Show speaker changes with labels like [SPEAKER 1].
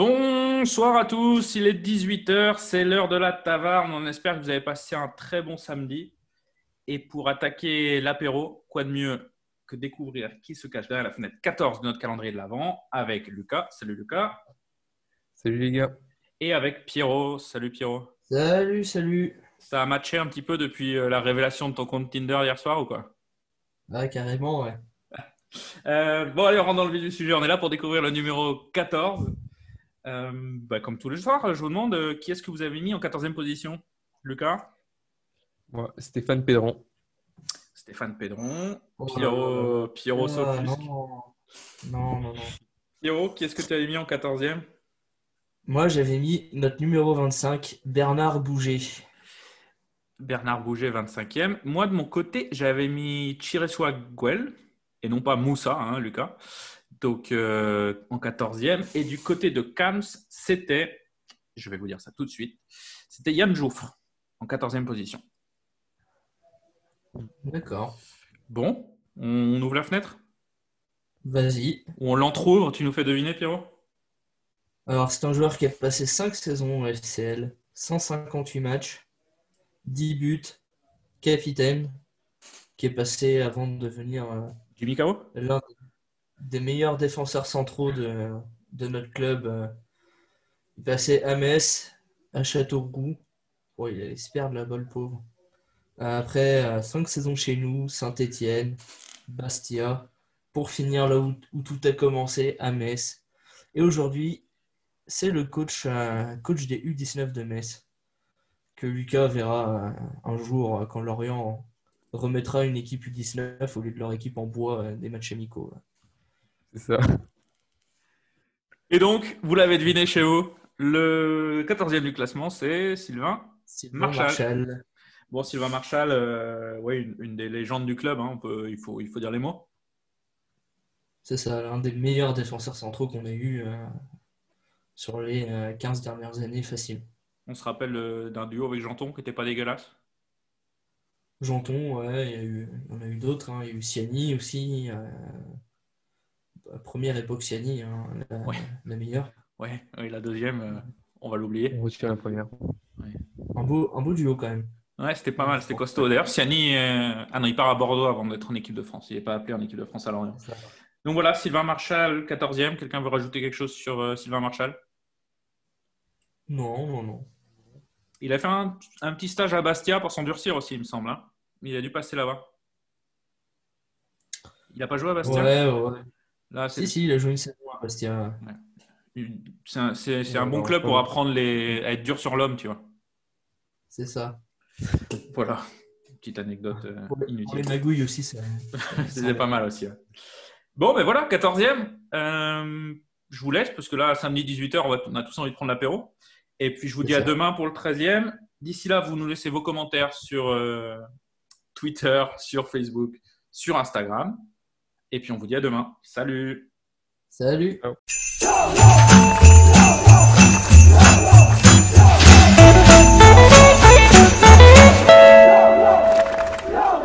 [SPEAKER 1] Bonsoir à tous, il est 18h, c'est l'heure de la taverne. On espère que vous avez passé un très bon samedi. Et pour attaquer l'apéro, quoi de mieux que découvrir qui se cache derrière la fenêtre 14 de notre calendrier de l'Avent avec Lucas. Salut Lucas.
[SPEAKER 2] Salut les gars.
[SPEAKER 1] Et avec Pierrot. Salut Pierrot.
[SPEAKER 3] Salut, salut.
[SPEAKER 1] Ça a matché un petit peu depuis euh, la révélation de ton compte Tinder hier soir ou quoi
[SPEAKER 3] Ouais, Bah, carrément, ouais.
[SPEAKER 1] Euh, Bon, allez, on rentre dans le vif du sujet. On est là pour découvrir le numéro 14. Euh, bah, comme tous les soirs, je vous demande euh, qui est-ce que vous avez mis en 14e position Lucas
[SPEAKER 2] Moi, Stéphane Pédron.
[SPEAKER 1] Stéphane Pédron.
[SPEAKER 3] Oh,
[SPEAKER 1] Pierrot, Pierrot
[SPEAKER 3] ah,
[SPEAKER 1] Sophusk.
[SPEAKER 3] non. non, non, non.
[SPEAKER 1] Pierrot, qui est-ce que tu avais mis en 14e
[SPEAKER 3] Moi, j'avais mis notre numéro 25, Bernard Bouger.
[SPEAKER 1] Bernard Bouger, 25e. Moi, de mon côté, j'avais mis Chireswa Guel, et non pas Moussa, hein, Lucas. Donc, euh, en 14e. Et du côté de Kams, c'était, je vais vous dire ça tout de suite, c'était Yann Jouffre, en 14e position.
[SPEAKER 3] D'accord.
[SPEAKER 1] Bon, on ouvre la fenêtre
[SPEAKER 3] Vas-y.
[SPEAKER 1] Ou on l'entrouvre Tu nous fais deviner, Pierrot
[SPEAKER 3] Alors, c'est un joueur qui a passé 5 saisons en FCL, 158 matchs, 10 buts, capitaine, qui est passé avant de devenir euh,
[SPEAKER 1] Jimmy Kao
[SPEAKER 3] l'un des meilleurs défenseurs centraux de, de notre club. euh. Il passait à Metz, à Châteauroux. Bon, il allait se perdre la balle pauvre. Euh, Après euh, cinq saisons chez nous, Saint-Étienne, Bastia, pour finir là où, où tout a commencé, à Metz. Et aujourd'hui, c'est le coach, euh, coach des U19 de Metz que Lucas verra euh, un jour euh, quand Lorient remettra une équipe U19 au lieu de leur équipe en bois euh, des matchs amicaux. là.
[SPEAKER 2] C'est ça.
[SPEAKER 1] Et donc, vous l'avez deviné chez vous, le 14e du classement, c'est Sylvain.
[SPEAKER 3] Sylvain
[SPEAKER 1] Marshall.
[SPEAKER 3] Marshall.
[SPEAKER 1] Bon, Sylvain Marshall, euh, ouais, une, une des légendes du club, hein, on peut, il, faut, il faut dire les mots.
[SPEAKER 3] C'est ça, l'un des meilleurs défenseurs centraux qu'on a eu euh, sur les euh, 15 dernières années, facile.
[SPEAKER 1] On se rappelle euh, d'un duo avec Janton qui n'était pas dégueulasse.
[SPEAKER 3] Janton, ouais, il y a eu, on a eu d'autres, hein, il y a eu Siani aussi. euh, bah, première époque Siani, hein, la,
[SPEAKER 1] Ouais.
[SPEAKER 3] la meilleure.
[SPEAKER 1] Ouais, ouais, la deuxième, euh, on va l'oublier.
[SPEAKER 2] On retire la première.
[SPEAKER 3] Un beau, un beau duo quand même.
[SPEAKER 1] Ouais, c'était pas mal, c'était costaud. D'ailleurs, Siani, euh, ah non, il part à Bordeaux avant d'être en équipe de France. Il n'est pas appelé en équipe de France à Lorient. Donc voilà, Sylvain Marshall, 14e. Quelqu'un veut rajouter quelque chose sur euh, Sylvain Marshall
[SPEAKER 3] Non, non, non.
[SPEAKER 1] Il a fait un, un petit stage à Bastia pour s'endurcir aussi, il me semble. hein. Il a dû passer là-bas. Il n'a pas joué à Bastia
[SPEAKER 3] Ouais, ouais.
[SPEAKER 1] Là, c'est
[SPEAKER 3] Si, si, il a joué une saison à Bastia.
[SPEAKER 1] c'est un, c'est- c'est
[SPEAKER 2] Ouais,
[SPEAKER 1] un bon
[SPEAKER 2] bah,
[SPEAKER 1] club
[SPEAKER 2] ouais.
[SPEAKER 1] pour apprendre les, à être dur sur l'homme, tu vois.
[SPEAKER 3] C'est ça.
[SPEAKER 1] Voilà, petite anecdote euh,
[SPEAKER 3] Pour les, pour les
[SPEAKER 1] inutile.
[SPEAKER 3] magouilles aussi, ça.
[SPEAKER 1] C'était pas mal aussi. ouais. Bon, mais voilà, 14e. Euh, je vous laisse parce que là, samedi 18h, on, va- on a tous envie de prendre l'apéro. Et puis, je vous
[SPEAKER 3] C'est
[SPEAKER 1] dis à
[SPEAKER 3] ça.
[SPEAKER 1] demain pour le 13e. D'ici là, vous nous laissez vos commentaires sur euh, Twitter, sur Facebook, sur Instagram. Et puis, on vous dit à demain. Salut!
[SPEAKER 3] Salut.